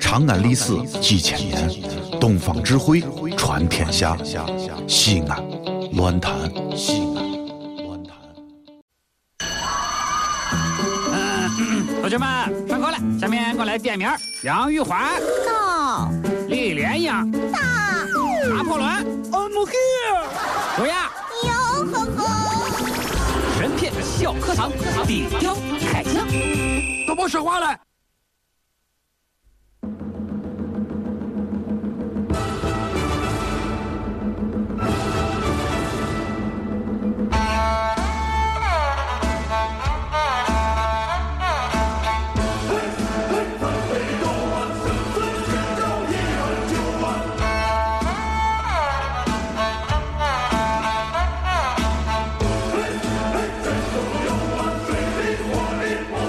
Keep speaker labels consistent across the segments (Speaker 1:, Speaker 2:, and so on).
Speaker 1: 长安历史几千年，东方智慧传天下。西安，乱谈西安，乱谈。
Speaker 2: 同学们上课了，下面给我来点名儿：杨玉环、
Speaker 3: No，
Speaker 2: 李莲英、拿破仑、
Speaker 3: I'm here。
Speaker 2: 刘亚。
Speaker 3: 哟呵呵，
Speaker 2: 神片小课堂，底雕开箱。都别说话了。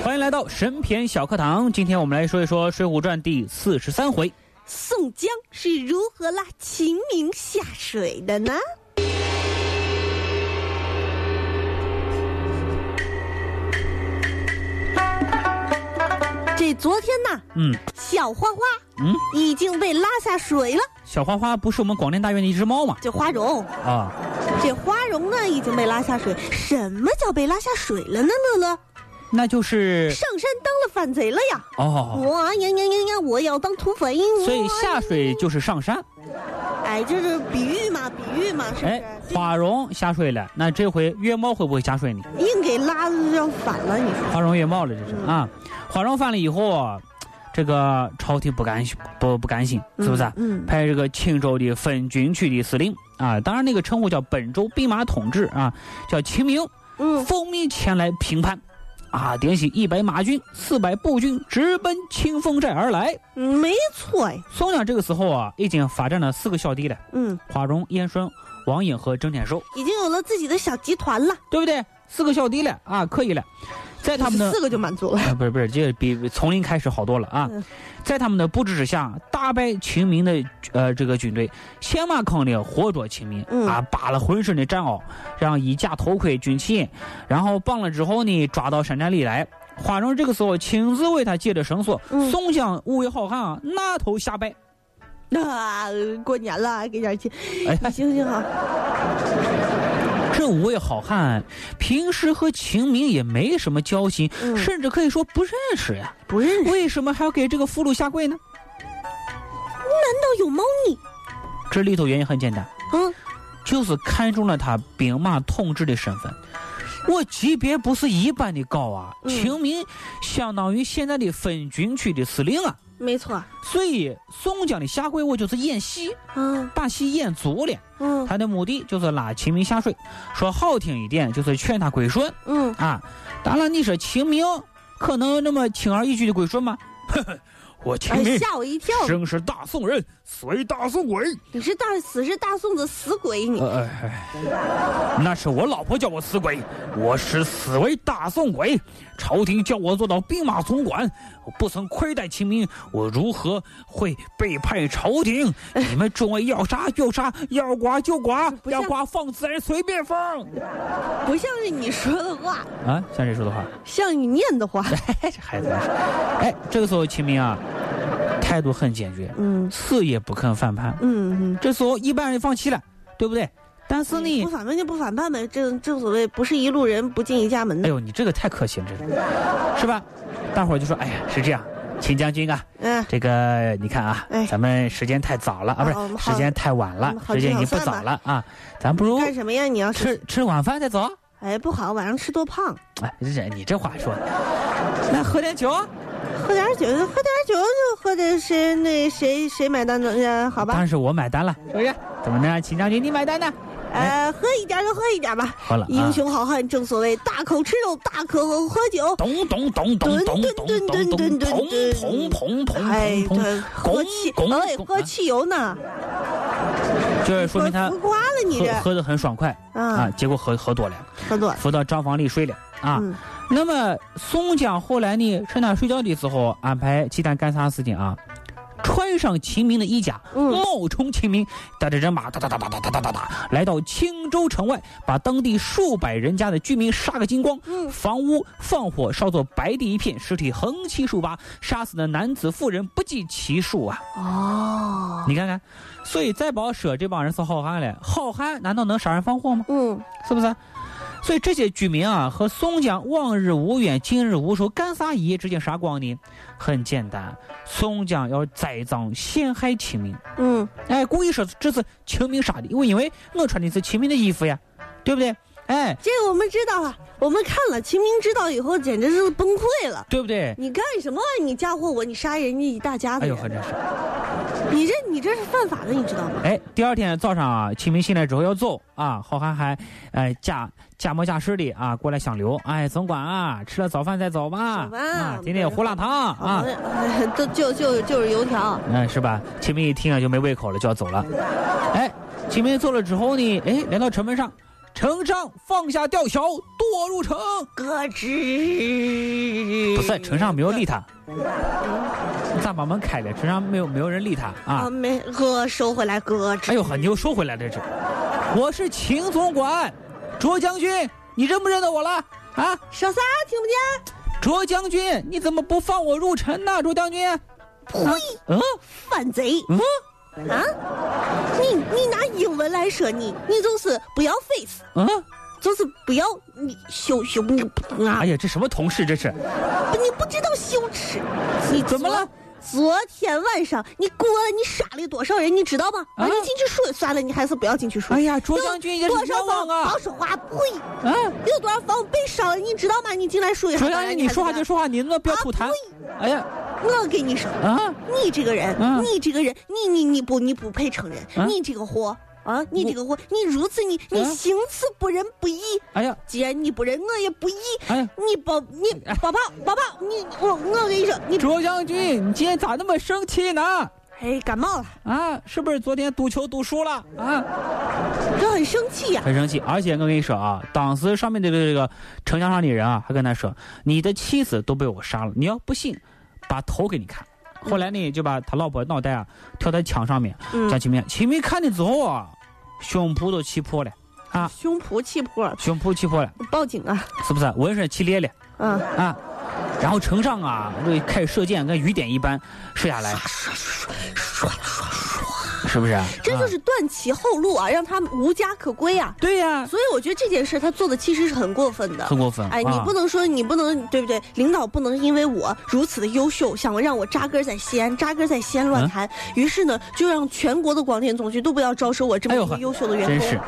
Speaker 2: 欢迎来到神片小课堂，今天我们来说一说《水浒传》第四十三回。
Speaker 3: 宋江是如何拉秦明下水的呢？这昨天呐，
Speaker 2: 嗯，
Speaker 3: 小花花，
Speaker 2: 嗯，
Speaker 3: 已经被拉下水了。
Speaker 2: 小花花不是我们广电大院的一只猫吗？
Speaker 3: 这花荣，
Speaker 2: 啊，
Speaker 3: 这花荣呢，已经被拉下水。什么叫被拉下水了呢？乐乐
Speaker 2: 那就是
Speaker 3: 上山当了反贼了呀！
Speaker 2: 哦，
Speaker 3: 我呀呀呀呀，我要当土匪！
Speaker 2: 所以
Speaker 3: 我
Speaker 2: 下水就是上山。
Speaker 3: 哎，这是比喻嘛，比喻嘛，是不
Speaker 2: 哎
Speaker 3: 是？，
Speaker 2: 花荣下水了，那这回月猫会不会下水呢？
Speaker 3: 硬给拉让反了，你说？
Speaker 2: 花荣月貌了，这是
Speaker 3: 嗯
Speaker 2: 啊。花荣犯了以后啊，这个朝廷不甘心，不不甘心，是不是啊？
Speaker 3: 嗯，
Speaker 2: 派这个青州的分军区的司令啊，当然那个称呼叫本州兵马统制啊，叫秦明，
Speaker 3: 嗯，
Speaker 2: 奉命前来平叛。啊，点起一百马军、四百步军，直奔清风寨而来。
Speaker 3: 嗯，没错哎，
Speaker 2: 宋江这个时候啊，已经发展了四个小弟了：
Speaker 3: 嗯，
Speaker 2: 花荣、燕顺、王英和郑天寿，
Speaker 3: 已经有了自己的小集团了，
Speaker 2: 对不对？四个小弟了啊，可以了。在他们的
Speaker 3: 四个就满足了。
Speaker 2: 啊，不是不是，这比比从零开始好多了啊
Speaker 3: 嗯！
Speaker 2: 在他们的布置之下，大败秦明的呃这个军队，陷马坑的活捉秦明、
Speaker 3: 嗯
Speaker 2: 啊，扒了浑身的战袄，然后以假头盔、军器，然后绑了之后呢，抓到山寨里来。花荣这个时候亲自为他解的绳索，
Speaker 3: 嗯
Speaker 2: 送向五位好汉啊，纳头下拜。
Speaker 3: 啊，过年了，给点钱，
Speaker 2: 哎，
Speaker 3: 你行行好，
Speaker 2: 这五位好汉平时和秦明也没什么交情，
Speaker 3: 嗯
Speaker 2: 甚至可以说不认识呀，
Speaker 3: 不认识，
Speaker 2: 为什么还要给这个俘虏下跪呢？
Speaker 3: 难道有猫腻？
Speaker 2: 这里头原因很简单。
Speaker 3: 嗯，
Speaker 2: 就是看中了他兵马统治的身份。我级别不是一般的高啊，
Speaker 3: 嗯
Speaker 2: 秦明相当于现在的分军区的司令啊，
Speaker 3: 没错，
Speaker 2: 所以宋江的下跪我就是演戏，
Speaker 3: 嗯
Speaker 2: 把戏演足了。
Speaker 3: 嗯
Speaker 2: 他的目的就是拉秦明下水，说好听一点就是劝他归顺
Speaker 3: 嗯，
Speaker 2: 啊。当然，你说秦明可能那么轻而易举的归顺吗？ 我秦
Speaker 3: 哎，
Speaker 2: 明
Speaker 3: 吓我一跳，
Speaker 2: 生是大宋人，随大宋鬼。
Speaker 3: 你是大死是大宋的死鬼，你
Speaker 2: 呃，哎那是我老婆叫我死鬼，我是死为大宋鬼。朝廷叫我做到兵马总管，我不曾亏待秦明，我如何会背叛朝廷？你们众位要杀就杀，要剐就剐，
Speaker 3: 不像啊
Speaker 2: 要剐放自然随便放。呃
Speaker 3: 不像是你说的话，
Speaker 2: 啊，像谁说的话？
Speaker 3: 像你念的话，
Speaker 2: 哎，这孩子真是，哎，这个时候秦明啊，态度很坚决，
Speaker 3: 嗯
Speaker 2: 死也不肯反叛。
Speaker 3: 嗯嗯，
Speaker 2: 这时候一般人放弃了，对不对？但是你
Speaker 3: 哎不反叛就不反叛呗，正正所谓不是一路人不进一家门
Speaker 2: 哎
Speaker 3: 的，
Speaker 2: 呦，你这个太可惜了，这个是吧？大伙儿就说，哎呀，是这样，秦将军啊，
Speaker 3: 嗯。
Speaker 2: 这个你看啊，
Speaker 3: 哎
Speaker 2: 咱们时间太早了啊，不
Speaker 3: 哦
Speaker 2: 是
Speaker 3: 好
Speaker 2: 时间太晚了
Speaker 3: 嗯，好
Speaker 2: 时间已经不早了啊，咱不如
Speaker 3: 干什么呀？你要是
Speaker 2: 吃吃晚饭再走。
Speaker 3: 哎不好，晚上吃多胖，
Speaker 2: 哎，这你这话说的，那喝点酒啊，
Speaker 3: 喝点酒，喝点酒就喝点谁那谁谁买单的呀？好
Speaker 2: 当
Speaker 3: 吧，
Speaker 2: 然是我买单了，是不是？怎么能让秦将军你买单呢？
Speaker 3: 呃，喝一点就喝一点吧。
Speaker 2: 哎喝了，
Speaker 3: 英
Speaker 2: 啊，
Speaker 3: 雄好汉正所谓大口吃肉，大口喝酒。
Speaker 2: 咚咚咚咚咚咚咚咚咚，砰砰砰
Speaker 3: 哎
Speaker 2: 砰，砰
Speaker 3: 对，喝汽，
Speaker 2: 拱拱
Speaker 3: 哎，
Speaker 2: 拱
Speaker 3: 喝汽油呢，
Speaker 2: 砰，就是啊说
Speaker 3: 喝
Speaker 2: 明他
Speaker 3: 浮夸了你
Speaker 2: 喝
Speaker 3: 这
Speaker 2: 喝的很爽快啊，
Speaker 3: 啊，
Speaker 2: 结果喝喝多了。
Speaker 3: 喝多了，
Speaker 2: 扶到账房里睡了啊。
Speaker 3: 嗯
Speaker 2: 那么宋江后来呢，趁他睡觉的时候安排鸡蛋干啥事情啊？穿上秦明的衣甲，
Speaker 3: 嗯
Speaker 2: 冒充秦明，带着人马哒哒哒哒哒哒哒哒哒，来到青州城外，把当地数百人家的居民杀个精光，
Speaker 3: 嗯
Speaker 2: 房屋放火烧作白地一片，尸体横七竖八，杀死的男子妇人不计其数啊！
Speaker 3: 哦，
Speaker 2: 你看看，所以再保舍这帮人是好汉嘞，好汉难道能杀人放火吗？
Speaker 3: 嗯，
Speaker 2: 是不是？所以这些居民啊，和松江往日无冤，近日无仇，干啥一夜之间杀光呢？很简单，松江要栽赃陷害清明，
Speaker 3: 嗯，
Speaker 2: 哎，故意说这是清明杀的，因为因为我穿的是清明的衣服呀，对不对？哎，
Speaker 3: 这个我们知道了，我们看了《秦明知道》以后，简直是崩溃了。
Speaker 2: 对不对？
Speaker 3: 你干什么？啊你嫁祸我，你杀人家一大家子
Speaker 2: 哎呦，
Speaker 3: 人，
Speaker 2: 很真是。
Speaker 3: 你这你这是犯法的，你知道吗？
Speaker 2: 哎，第二天早上啊，清明醒来之后要走啊，好汉还哎假假模假式的啊过来相留，哎，总管啊，吃了早饭再走吧，
Speaker 3: 走吧
Speaker 2: 啊，今天有胡辣汤啊。
Speaker 3: 哎，都就就就是油条，
Speaker 2: 嗯，是吧？秦明一听啊就没胃口了，就要走了。哎，秦明走了之后呢，哎，来到城门上，城上放下吊桥，堕入城。
Speaker 3: 咯吱。
Speaker 2: 不是，城上没有理他。咱把门开了，城上没有没有人理他啊
Speaker 3: 啊，。没咯收回来，咯吱。
Speaker 2: 哎呦呵，你又收回来了这是。我是秦总管，卓将军，你认不认得我了啊？
Speaker 3: 小三儿听不见，
Speaker 2: 卓将军，你怎么不放我入城呢？卓将军，
Speaker 3: 呸，
Speaker 2: 嗯
Speaker 3: 反贼
Speaker 2: 嗯，
Speaker 3: 啊！你你拿英文来说你，你就是不要 face，
Speaker 2: 嗯，
Speaker 3: 就是不要你羞羞你不啊
Speaker 2: 哎，呀，这什么同事这是？
Speaker 3: 你不知道羞耻，你
Speaker 2: 怎么了？
Speaker 3: 昨天晚上你过了，你杀了多少人，你知道吗？
Speaker 2: 啊
Speaker 3: 啊，你进去数算了，你还是不要进去数。
Speaker 2: 哎呀，卓将军也是
Speaker 3: 多少
Speaker 2: 冤
Speaker 3: 房
Speaker 2: 枉啊
Speaker 3: 好！说话，呸！
Speaker 2: 啊，
Speaker 3: 有多少房被烧了，你知道吗？你进来数一下。
Speaker 2: 卓将军，你说话就说话，你那不要吐痰
Speaker 3: 啊。
Speaker 2: 哎呀，
Speaker 3: 我跟你说，
Speaker 2: 啊，
Speaker 3: 你这个人，
Speaker 2: 啊
Speaker 3: 你这个人，你你你不你不配成人，
Speaker 2: 啊
Speaker 3: 你这个货啊，你
Speaker 2: 我
Speaker 3: 这个货，你如此你你
Speaker 2: 啊
Speaker 3: 行此不仁不义。
Speaker 2: 哎呀，
Speaker 3: 既然你不仁，我也不义。
Speaker 2: 哎呀，
Speaker 3: 你宝你
Speaker 2: 哎
Speaker 3: 宝宝宝宝，你我我跟你说，你
Speaker 2: 卓将军，你今天咋那么生气呢？
Speaker 3: 哎感冒了，
Speaker 2: 啊，是不是昨天赌球赌输了啊？
Speaker 3: 这很生气呀、
Speaker 2: 很生气，而且我跟你说啊，当时上面的这个城墙上的人啊，还跟他说，你的妻子都被我杀了，你要不信，把头给你看。后来呢，就把他老婆脑袋啊挑在墙上面，
Speaker 3: 嗯
Speaker 2: 叫，秦明，秦明看了之后啊，胸脯都气破了，
Speaker 3: 胸脯气破，
Speaker 2: 胸脯气破了，
Speaker 3: 报警啊！
Speaker 2: 是不是？浑身气裂了。
Speaker 3: 嗯，
Speaker 2: 啊，然后城上啊，这开始射箭，跟雨点一般射下来，是不是啊？
Speaker 3: 这就
Speaker 2: 啊
Speaker 3: 是断其后路啊，让他们无家可归啊。
Speaker 2: 对呀、
Speaker 3: 所以我觉得这件事他做的其实是很过分的。
Speaker 2: 很过分。
Speaker 3: 哎，你
Speaker 2: 啊
Speaker 3: 不能说你不能对不对？领导不能因为我如此的优秀，想让我扎根在西安，扎根在西安
Speaker 2: 嗯
Speaker 3: 乱谈。于是呢，就让全国的广电总局都不要招收我这么
Speaker 2: 哎呦
Speaker 3: 一个
Speaker 2: 呵
Speaker 3: 优秀的员
Speaker 2: 真
Speaker 3: 工，
Speaker 2: 是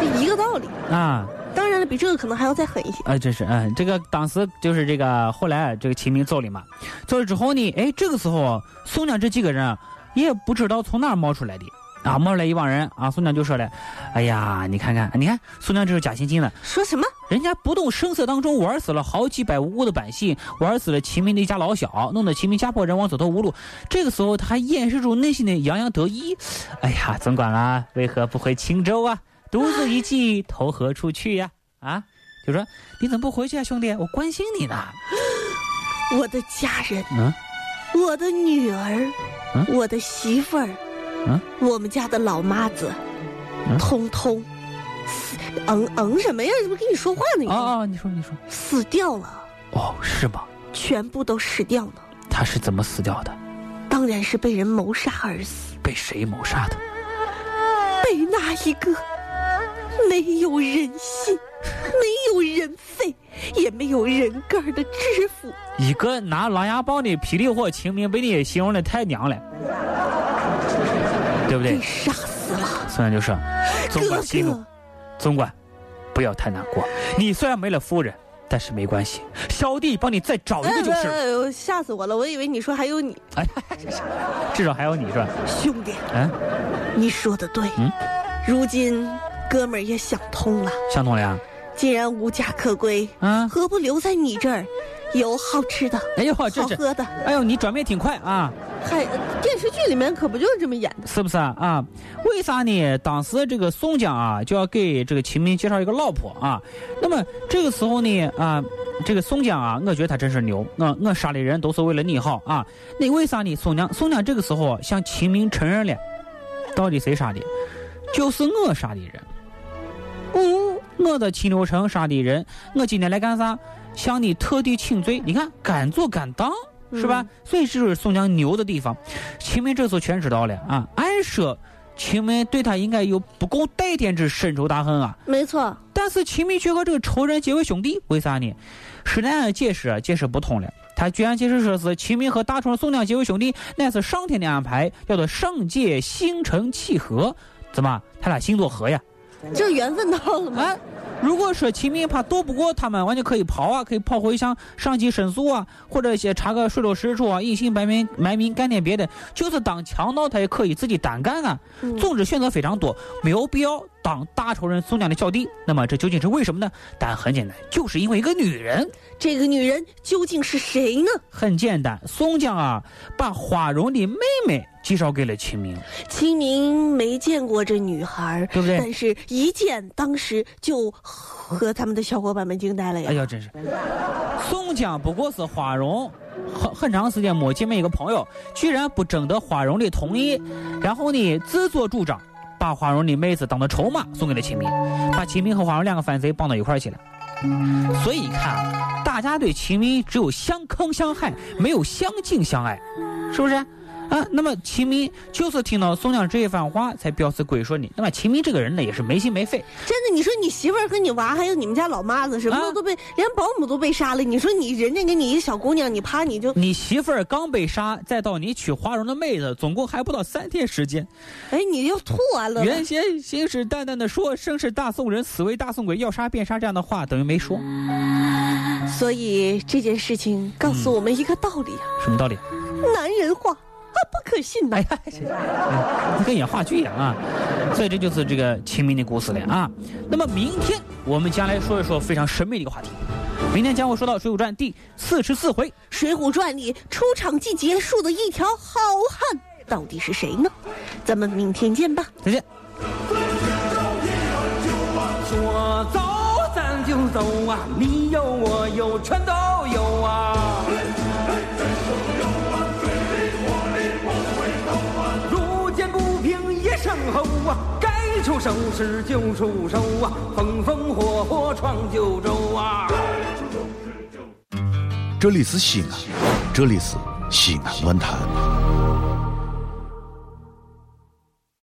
Speaker 3: 这一个道理。
Speaker 2: 啊，
Speaker 3: 当然了，比这个可能还要再狠一些。
Speaker 2: 哎，真是，嗯，这个当时就是这个后来啊这个秦明走了嘛，走了之后呢，哎，这个时候宋江这几个人啊，也不知道从哪儿冒出来的。啊，冒出来一帮人啊！宋江就说了：“哎呀，你看看，你看，宋江这是假惺惺的，
Speaker 3: 说什么？
Speaker 2: 人家不动声色当中玩死了好几百无辜的百姓，玩死了秦明的一家老小，弄得秦明家破人亡，走投无路。这个时候他还掩饰住内心的洋洋得意。哎呀，总管啊，为何不回青州啊？独自一骑，投河出去呀、啊？就说你怎么不回去啊，兄弟？我关心你呢。
Speaker 3: 我的家人，
Speaker 2: 嗯，
Speaker 3: 我的女儿，
Speaker 2: 嗯
Speaker 3: 我的媳妇儿，
Speaker 2: 嗯
Speaker 3: 我们家的老妈子，
Speaker 2: 嗯
Speaker 3: 通通死，嗯嗯什么呀？怎么跟你说话呢？
Speaker 2: 哦哦，你说你说。
Speaker 3: 死掉了，
Speaker 2: 哦，是吗？
Speaker 3: 全部都死掉了。
Speaker 2: 他是怎么死掉的？
Speaker 3: 当然是被人谋杀而死，
Speaker 2: 被谁谋杀的？
Speaker 3: 被那一个没有人性、没有人肺、也没有人肝儿的知府
Speaker 2: 一个拿狼牙棒的霹雳火秦明被你形容的太娘了，对不对
Speaker 3: 给？杀死了。
Speaker 2: 宋江就说：“总
Speaker 3: 哥
Speaker 2: 管息怒，
Speaker 3: 哥，
Speaker 2: 总管，不要太难过。你虽然没了夫人，但是没关系，小弟帮你再找一个就是了。
Speaker 3: 哎呦，吓死我了！我以为你说还有你
Speaker 2: 哎 呀，至少还有你是吧？
Speaker 3: 兄弟。
Speaker 2: 嗯，
Speaker 3: 你说的对，
Speaker 2: 嗯
Speaker 3: 如今哥们儿也想通了，
Speaker 2: 向同良，
Speaker 3: 既然无家可归，
Speaker 2: 啊，
Speaker 3: 何不留在你这儿？有好吃的，
Speaker 2: 哎呦，真
Speaker 3: 好
Speaker 2: 是，
Speaker 3: 喝的，
Speaker 2: 哎呦，你转变挺快啊，
Speaker 3: 还呃电视剧里面可不就是这么演的？
Speaker 2: 是不是啊？啊，为啥呢？当时这个宋江啊，就要给这个秦明介绍一个老婆啊。那么这个时候呢，啊，这个宋江啊，我觉得他真是牛。我我杀的人都是为了你好啊。那为啥呢？宋江，宋江这个时候啊向秦明承认了，到底谁杀的？就是我杀的人。哦，我在秦六城杀的人。我今天来干啥？向你特地请罪。你看，敢做敢当。是吧？所以这就是宋江牛的地方。秦明这时候全知道了啊，按说秦明对他应该有不共戴天之深仇大恨啊，
Speaker 3: 没错，
Speaker 2: 但是秦明却和这个仇人结为兄弟，为啥呢？施耐庵的解释啊，解释不通了。他居然解释说是秦明和大虫宋江结为兄弟，乃是上天的安排，叫做上界星辰契合。怎么，他俩星座合呀？
Speaker 3: 这缘分到了吗？
Speaker 2: 啊，如果说秦明怕斗不过他们，完全可以跑啊，可以跑回向上级申诉啊，或者些查个水落石出啊，隐姓埋名埋名干点别的，就是当强盗他也可以自己单干啊。
Speaker 3: 嗯
Speaker 2: 总之选择非常多，没有必要当大仇人宋江的小弟。那么这究竟是为什么呢？答案很简单，就是因为一个女人。
Speaker 3: 这个女人究竟是谁呢？
Speaker 2: 很简单，宋江啊，把花荣的妹妹介绍给了秦明，
Speaker 3: 清明没见过这女孩，
Speaker 2: 对不对？
Speaker 3: 但是一见当时就和他们的小伙伴们惊呆了呀。
Speaker 2: 哎呀，真是！宋江不过是花荣，很很长时间没见面一个朋友，居然不征得花荣的同意，然后呢自作主张把花荣的妹子当做筹码送给了秦明，把秦明和花荣两个反贼绑到一块儿去了。所以你看啊，大家对秦明只有相坑相害，没有相敬相爱，是不是？啊，那么秦明就是听到宋江这一番话，才表示归顺你。那么秦明这个人呢，也是没心没肺，
Speaker 3: 真的，你说你媳妇儿和你娃，还有你们家老妈子，什么
Speaker 2: 啊
Speaker 3: 的都被、连保姆都被杀了。你说你人家给你一小姑娘，你啪你就
Speaker 2: 你媳妇儿刚被杀，再到你娶花荣的妹子，总共还不到三天时间。
Speaker 3: 哎你就吐完了。
Speaker 2: 原先信誓旦旦的说“生是大宋人，死为大宋鬼，要杀便杀”这样的话，等于没说。
Speaker 3: 所以这件事情告诉我们一个道理啊，
Speaker 2: 什么道理？嗯
Speaker 3: 男人话啊不可信呐、
Speaker 2: 哎呀，这哎跟演话剧一样啊！所以这就是这个秦明的故事了啊。那么明天我们将来说一说非常神秘的一个话题。明天将会说到《水浒传》第四十四回。
Speaker 3: 水浒传》里出场即结束的一条好汉到底是谁呢？咱们明天见吧。
Speaker 2: 再见。
Speaker 4: 说走咱就走啊，你有我有全都有啊。路见不平一声吼啊，该出手时就出手啊，风风火火闯九州啊。
Speaker 1: 这里是西安，这里是西安论坛。